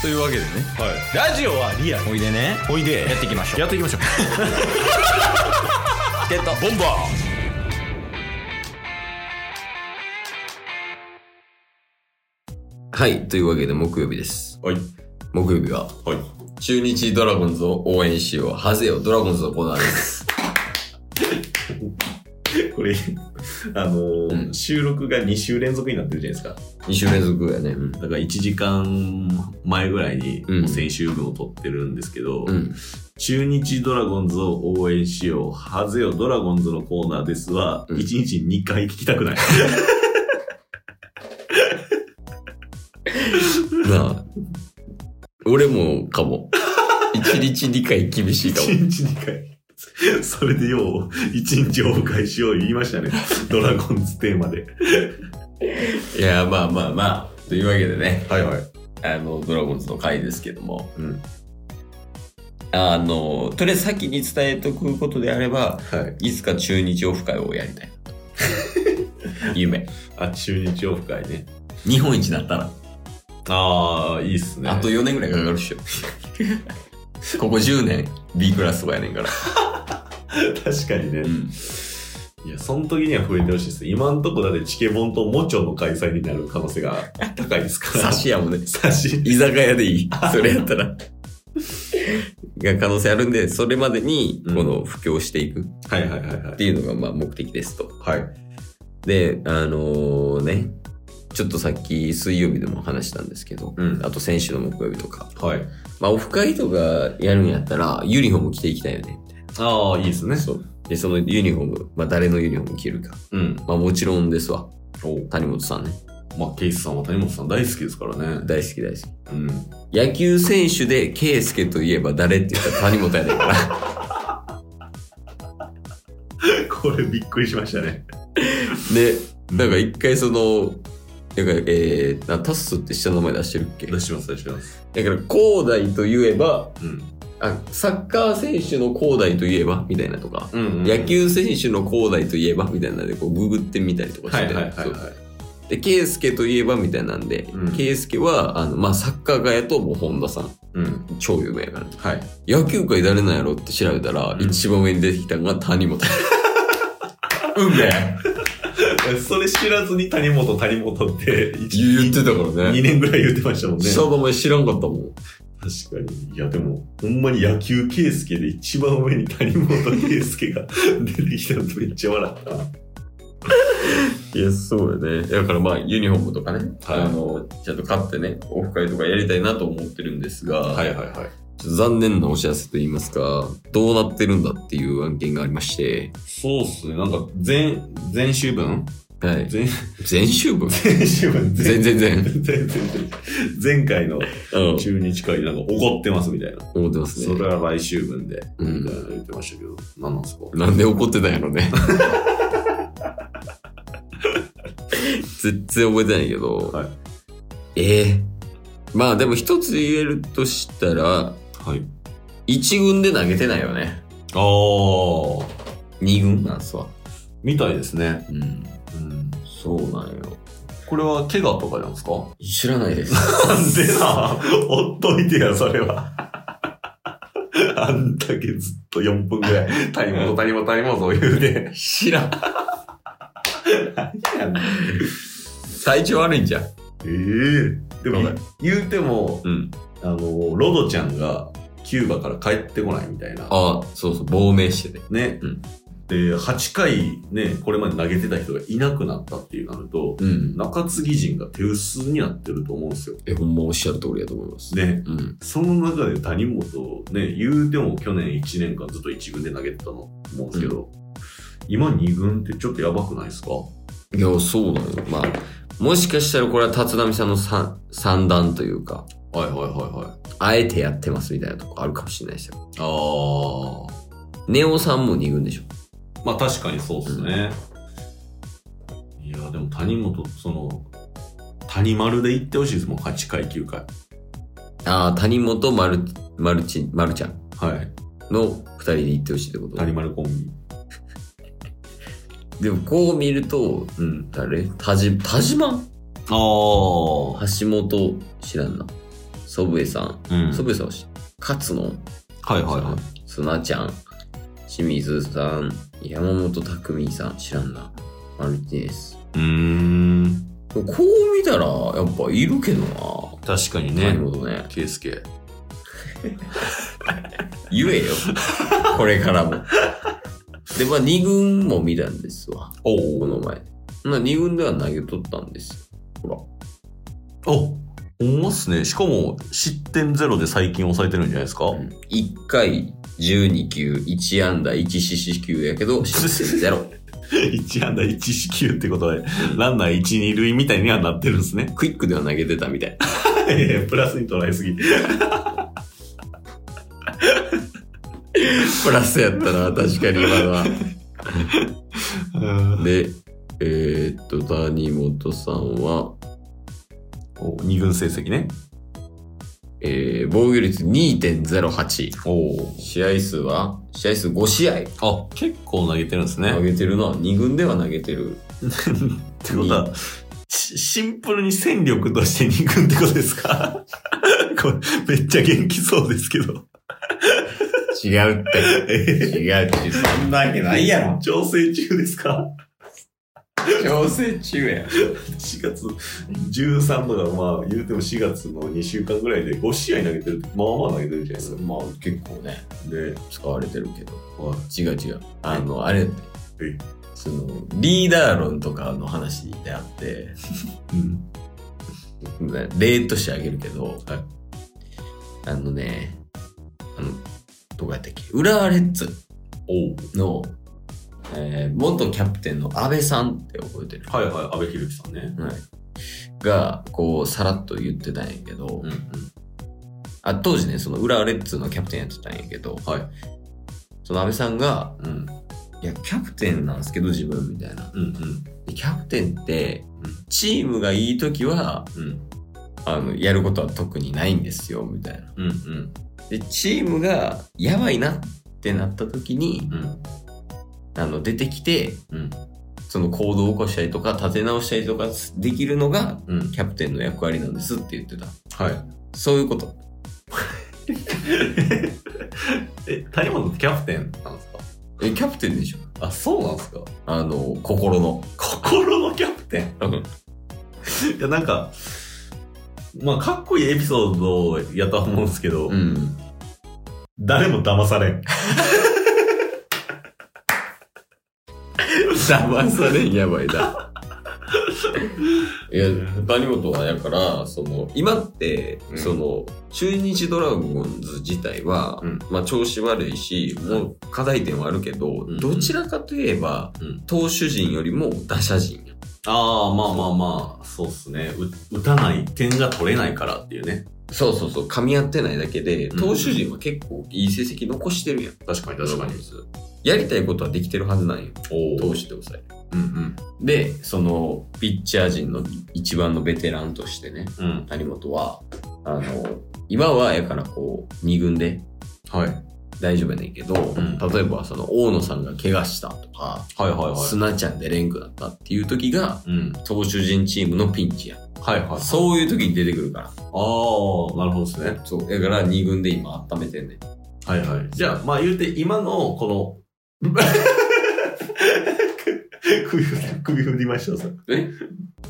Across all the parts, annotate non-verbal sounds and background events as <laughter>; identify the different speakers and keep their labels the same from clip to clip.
Speaker 1: というわけでね
Speaker 2: はい、ラジオはリアル
Speaker 1: おいでね
Speaker 2: おいで
Speaker 1: やっていきましょう
Speaker 2: やっていきましょう
Speaker 1: ってた
Speaker 2: ボンバ
Speaker 1: はいというわけで木曜日です
Speaker 2: ーはい
Speaker 1: 木曜日は
Speaker 2: はい
Speaker 1: 中日ドラゴンズを応援しようハゼよドラゴンズのコーナー <laughs> です
Speaker 2: これあのー
Speaker 1: うん
Speaker 2: 収録が2週連続になってるじゃないですか
Speaker 1: 2週連続やねうん
Speaker 2: だから1時間前ぐらいに
Speaker 1: うん
Speaker 2: もう先週分を撮ってるんですけど、
Speaker 1: うん
Speaker 2: 中日ドラゴンズを応援しよう「ハゼよドラゴンズのコーナーですは」
Speaker 1: うん
Speaker 2: 1日2回聞きたくない
Speaker 1: なあ俺もか <laughs> も一日理解厳しいかも
Speaker 2: 1日2回 <laughs> それでよう1日オフ会しよう言いましたねドラゴンズテーマで
Speaker 1: いやまあまあまあというわけでね
Speaker 2: はいはい
Speaker 1: あのドラゴンズの回ですけども
Speaker 2: うん
Speaker 1: あのとりあえず先に伝えとくことであれば
Speaker 2: はい
Speaker 1: いつか中日オフ会をや <laughs> りたい夢
Speaker 2: あ中日オフ会ね
Speaker 1: 日本一だったら
Speaker 2: ああいいっすね
Speaker 1: あと4年ぐらいかかるっしょ。ここ10年 B クラスとかやねんから。
Speaker 2: 確かにね、
Speaker 1: ん。
Speaker 2: いや、その時には増えてほしいです。今んとこだってチケボンとモチョの開催になる可能性が高いですから。
Speaker 1: 刺し屋もね。
Speaker 2: <laughs> 差し。
Speaker 1: 居酒屋でいい。それやったら。が可能性あるんで、それまでに、
Speaker 2: うん
Speaker 1: この、布教していくっ
Speaker 2: はいはいはいはい。
Speaker 1: ていうのが、まあ、目的ですと。
Speaker 2: はい。
Speaker 1: で、あのね、ちょっとさっき水曜日でも話したんですけど、
Speaker 2: うん
Speaker 1: あと先週の木曜日とか、
Speaker 2: はい。
Speaker 1: まあ、オフ会とかやるんやったら、ユニフォーム着ていきたいよね。
Speaker 2: ああ、いいですね。
Speaker 1: そう。で、そのユニフォーム、まあ、誰のユニフォーム着るか。
Speaker 2: うん。
Speaker 1: まあ、もちろんですわ。
Speaker 2: お
Speaker 1: 谷本さんね。
Speaker 2: まあ、ケイスさんは谷本さん大好きですからね。
Speaker 1: 大好き大好き。
Speaker 2: うん。
Speaker 1: 野球選手で、圭介といえば誰って言ったら谷本やねんから。
Speaker 2: <laughs> <laughs> これびっくりしましたね。
Speaker 1: で、なんか一回その、なんか、えー、なタッスって下の名前出してるっけ
Speaker 2: 出します出します。
Speaker 1: だから、高大といえば、
Speaker 2: うん。
Speaker 1: あ、サッカー選手の高大といえば、みたいなとか、
Speaker 2: うん、
Speaker 1: 野球選手の高大といえば、みたいなんで、こう、ググってみたりとか
Speaker 2: はい
Speaker 1: して、
Speaker 2: はいはい
Speaker 1: そう
Speaker 2: は
Speaker 1: で、圭介といえば、みたいなんで
Speaker 2: うん、
Speaker 1: 圭介、は、あの、まあ、サッカー界やと、もう本田さん、
Speaker 2: い。うん。
Speaker 1: 超有名やから、
Speaker 2: はい。
Speaker 1: 野球界誰なんやろって調べたら、
Speaker 2: うん
Speaker 1: 一番上に出てきたのが谷本。 <laughs> 運命
Speaker 2: それ知らずに谷本谷本って
Speaker 1: 言ってたから
Speaker 2: 2
Speaker 1: ね。
Speaker 2: 年ぐらい言ってましたもんね。
Speaker 1: 下の名前知らんかったもん。
Speaker 2: 確かに。いや、でも、ほんまに野球圭介で一番上に谷本圭介が出てきたのめっちゃ笑った。
Speaker 1: いや、そうやね。だからまあ、ユニフォームとかね、
Speaker 2: はい
Speaker 1: あの、ちゃんと買ってね、オフ会とかやりたいなと思ってるんですが、
Speaker 2: いはいはい。
Speaker 1: ちょっと残念なお知らせと言いますか、どうなってるんだっていう案件がありまして、
Speaker 2: そうっすね。なんか、前、前週分
Speaker 1: はい。
Speaker 2: 前、
Speaker 1: 全週 <laughs> 分
Speaker 2: 前週分
Speaker 1: 全然全。
Speaker 2: 前前前前回の
Speaker 1: うん。
Speaker 2: 中日会なんか怒ってますみたいな。
Speaker 1: 思ってます
Speaker 2: そ
Speaker 1: ね。
Speaker 2: れは来週分で、
Speaker 1: う
Speaker 2: み
Speaker 1: ん
Speaker 2: たいなの言ってましたけど、何なんすか
Speaker 1: なんで怒ってたんやろ <laughs> ね。全然覚えてないけど、
Speaker 2: はい
Speaker 1: ええまあでも一つ言えるとしたら、
Speaker 2: はい。
Speaker 1: 一軍で投げてないよね。
Speaker 2: あー、
Speaker 1: 二軍なんすわ。
Speaker 2: みたいですね。
Speaker 1: うん。
Speaker 2: うん。
Speaker 1: そうなんよ。
Speaker 2: これは怪我とかなんですか
Speaker 1: 知らないです。
Speaker 2: なんでな、ほっといてや、それは。あんだけずっと4分ぐらい、谷本、谷本、谷本を言う
Speaker 1: <laughs>
Speaker 2: で。
Speaker 1: 知らん。体調悪いんじゃん。
Speaker 2: ええでも
Speaker 1: そうだ、
Speaker 2: 言うても、
Speaker 1: うん。
Speaker 2: あの、ロドちゃんがキューバから帰ってこないみたいな。
Speaker 1: ああ、そうそう、亡命してね。
Speaker 2: ね。
Speaker 1: うん
Speaker 2: で、8回ね、これまで投げてた人がいなくなったっていうなると、
Speaker 1: うん。
Speaker 2: 中継ぎ陣が手薄になってると思うんですよ。
Speaker 1: え、ほんまおっしゃる通りだと思います。
Speaker 2: ね。
Speaker 1: うん。
Speaker 2: その中で谷本、ね、言うても去年1年間ずっと1軍で投げてたの思うんですけど、今2軍ってちょっとやばくないですか
Speaker 1: いや、そうなんよ。まあ、もしかしたらこれは立浪さんの三三段というか、
Speaker 2: はいはいはいはい。
Speaker 1: あえてやってますみたいなとこあるかもしれないですよ。
Speaker 2: あ
Speaker 1: ネオさんも二軍でしょ。
Speaker 2: あ。まあ確かにそうですね。いや、でも谷本、その、谷丸で行ってほしいですもん、8回、9回。
Speaker 1: ああ、谷本、マル、マルチ、マルちゃん
Speaker 2: はい。
Speaker 1: の二人で行ってほしいってこと。
Speaker 2: 谷丸コンビ。
Speaker 1: でもこう見ると、
Speaker 2: うん。
Speaker 1: 誰田島田島
Speaker 2: ああ。
Speaker 1: 橋本知らんな。ソブエさん、
Speaker 2: うん
Speaker 1: ソブエさんはし勝野
Speaker 2: はいはい
Speaker 1: さ
Speaker 2: は
Speaker 1: ん
Speaker 2: い。
Speaker 1: 砂ちゃん清水さん山本拓海さん知らんなマルティネス
Speaker 2: うーん。
Speaker 1: こう見たらやっぱいるけどな
Speaker 2: 確かに
Speaker 1: な
Speaker 2: ね
Speaker 1: る。ほどね
Speaker 2: ケイスケ。
Speaker 1: 言 <laughs> えよこれからもでまあ2軍も見たんですわ
Speaker 2: お
Speaker 1: この前な2軍では投げとったんです
Speaker 2: お。おまっすね。しかも、失点ゼロで最近抑えてるんじゃないですか、
Speaker 1: 1回12球1安打1四死球やけど失点ゼ <laughs> ロ
Speaker 2: <laughs> ?1 安打1四球ってことで、ランナー1、2塁みたいにはなってるんですね。 <laughs>
Speaker 1: クイックでは投げてたみたい
Speaker 2: プラスに捉えすぎ。
Speaker 1: プラスやったな、確かに今の <laughs> は。で、えーっと、谷本さんは、
Speaker 2: お二軍成績ね。
Speaker 1: えー防御率2.08。
Speaker 2: お
Speaker 1: 試合数は、試合数5試合
Speaker 2: あ、結構投げてるんですね。
Speaker 1: 投げてるな。2軍では投げてる。
Speaker 2: ってことは、しシンプルに戦力として二軍ってことですか <laughs> これめっちゃ元気そうですけ
Speaker 1: <laughs>
Speaker 2: ど。
Speaker 1: 違う <laughs> って。違うって。そんなわけないやろ。
Speaker 2: <laughs> 調整中ですか <laughs>
Speaker 1: 調整中や。
Speaker 2: ?4 月13だからまあ言うても4月の2週間ぐらいで5試合投げてる。まあまあ投げてるじゃないですか。
Speaker 1: まあ、結構ね、
Speaker 2: で、
Speaker 1: 使われてるけど。
Speaker 2: まあ
Speaker 1: 違う違う。あの、あれやって
Speaker 2: え。
Speaker 1: その、リーダー論とかの話であって、
Speaker 2: うん、
Speaker 1: ね例としてあげるけど、
Speaker 2: はい
Speaker 1: あのねあのどこやったっけ浦和レッズの、えー元キャプテンの阿部さんって覚えてる、
Speaker 2: はいはい、安倍博之さんね。
Speaker 1: はいがこうさらっと言ってたんやけど、あ当時ねその浦和レッズのキャプテンやってたんやけど、
Speaker 2: はい
Speaker 1: その阿部さんが
Speaker 2: うん。うん。
Speaker 1: 「いやキャプテンなんですけど自分」みたいな
Speaker 2: うんうん。
Speaker 1: でキャプテンって
Speaker 2: うん
Speaker 1: チームがいい時は
Speaker 2: うん。
Speaker 1: あのやることは特にないんですよみたいな。
Speaker 2: うんうん。
Speaker 1: でチームがやばいなってなった時に
Speaker 2: うん。
Speaker 1: あの出てきて
Speaker 2: うん。
Speaker 1: その行動を起こしたりとか立て直したりとかできるのが
Speaker 2: うん。
Speaker 1: キャプテンの役割なんですって言ってた
Speaker 2: はい。
Speaker 1: そういうこと
Speaker 2: え、谷本ってキャプテンなんですか
Speaker 1: えキャプテンでしょ
Speaker 2: あ、そうなんですか
Speaker 1: あの心の
Speaker 2: 心のキャプテ
Speaker 1: うん
Speaker 2: ン。いや、なんか、まあ、かっこいいエピソードやとは思うんですけど、
Speaker 1: うん
Speaker 2: 誰も騙されん。
Speaker 1: <laughs> 騙されんやばいな <laughs> いや谷本はやからその今って、
Speaker 2: うん
Speaker 1: その中日ドラゴンズ自体は、
Speaker 2: うん
Speaker 1: まあ、調子悪いしもう課題点はあるけど、
Speaker 2: ん
Speaker 1: どちらかといえば、
Speaker 2: うん
Speaker 1: 投手陣よりも打者陣や
Speaker 2: ああ、まあまあまあ、そうっすね。う打たない、点が取れないからっていうね。
Speaker 1: そうそうそう噛み合ってないだけで
Speaker 2: うん
Speaker 1: 投手陣は結構いい成績残してるやん
Speaker 2: 確かに
Speaker 1: ドラゴンズやりたいことはできてるはずなんよ
Speaker 2: お
Speaker 1: 投
Speaker 2: お。
Speaker 1: 手で抑え
Speaker 2: うん
Speaker 1: でそのピッチャー陣の一番のベテランとしてね
Speaker 2: うん。うん。
Speaker 1: 谷本は、あの、今はやからこう、二軍で
Speaker 2: はい。
Speaker 1: 大丈夫やねんけど、
Speaker 2: ん
Speaker 1: 例えばその大野さんが怪我したとか、
Speaker 2: はいはいはい。
Speaker 1: 砂ちゃんでレンクだったっていう時が、
Speaker 2: うん。
Speaker 1: 投手陣チームのピンチや。
Speaker 2: はいはい。う。
Speaker 1: そういう時に出てくるか
Speaker 2: ああ、なるほどですね。
Speaker 1: ら。そう。やから二軍で今温めてんねん。
Speaker 2: はいはい。じゃあ、まあ言うて、今の、この、首振り、首振りました、それ。
Speaker 1: え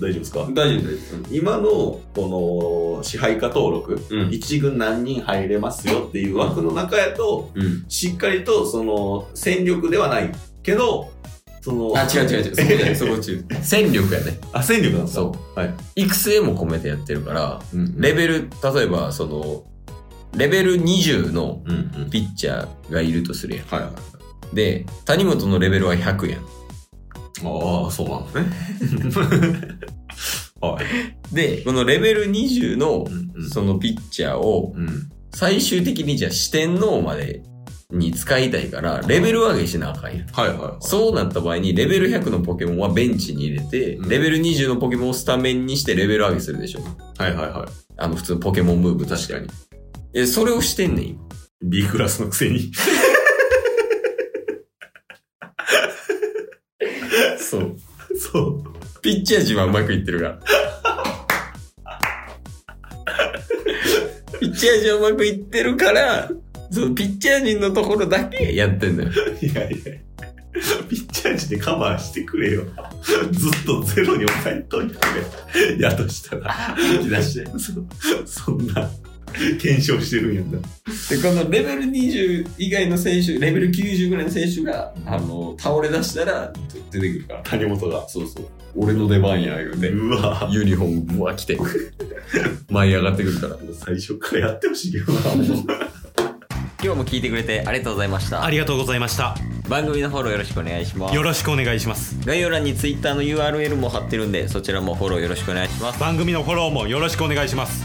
Speaker 2: 大丈夫ですか
Speaker 1: 大丈夫、大丈
Speaker 2: 今の、この、支配下登録、
Speaker 1: 夫。うん。
Speaker 2: 一軍何人入れますよっていう枠の中やと、
Speaker 1: うん。
Speaker 2: しっかりと、その、戦力ではないけど、その、
Speaker 1: あ、違う
Speaker 2: <laughs>
Speaker 1: 違う違う。そこじゃない、そこ違う。戦力やね。
Speaker 2: あ、戦力なんですか。
Speaker 1: そう
Speaker 2: はい。
Speaker 1: う。育成も込めてやってるから、
Speaker 2: うんうん
Speaker 1: レベル、例えばその、レベル20の
Speaker 2: うんうん。
Speaker 1: ピッチャーがいるとするやん。
Speaker 2: はいはい。
Speaker 1: で、谷本のレベルは100やん。
Speaker 2: ああ、そうなんですね。 <laughs> はい。
Speaker 1: で、このレベル20の
Speaker 2: うんうん
Speaker 1: そのピッチャーを
Speaker 2: うん。
Speaker 1: 最終的にじゃあ四天王までに使いたいからレベル上げしなあかんやん。
Speaker 2: はいはいはい。
Speaker 1: そうなった場合にレベル100のポケモンはベンチに入れて、
Speaker 2: うん
Speaker 1: レベル20のポケモンをスタメンにしてレベル上げするでしょ。
Speaker 2: はいはいはい。
Speaker 1: あの普通のポケモンムーブとして。
Speaker 2: 確
Speaker 1: え、それをしてんねん、今
Speaker 2: B クラスのくせに。
Speaker 1: <laughs> そう。
Speaker 2: そう。
Speaker 1: ピッチャー陣はうまくいってるから。 <laughs> ピッチャー陣うまくいってるから、そのピッチャー陣のところだけやってんのよ。
Speaker 2: いやいや。ピッチャー陣でカバーしてくれよ。ずっとゼロに抑えといてくれ。やとしたら、引き出して。そそんな、検証してるんやんだ。
Speaker 1: で、このレベル20以外の選手、レベル90ぐらいの選手が、あの、倒れ出したら出てくるから。
Speaker 2: 谷本が。
Speaker 1: そうそう。俺の出番や、言うて。
Speaker 2: うわ
Speaker 1: ユニフォームぶわ来て、舞い上がってくるから。
Speaker 2: もう最初からやってほしいけ
Speaker 1: <laughs>
Speaker 2: どな。もう
Speaker 1: 今日も聞いてくれてありがとうございました
Speaker 3: あ。りがとうございました。
Speaker 1: 番組のフォローよろしくお願いします
Speaker 3: よ。ろしくお願いします。
Speaker 1: 概要欄に Twitter の URL も貼ってるんで、そちらもフォローよろしくお願いします。
Speaker 3: 番組のフォローもよろしくお願いします。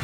Speaker 3: す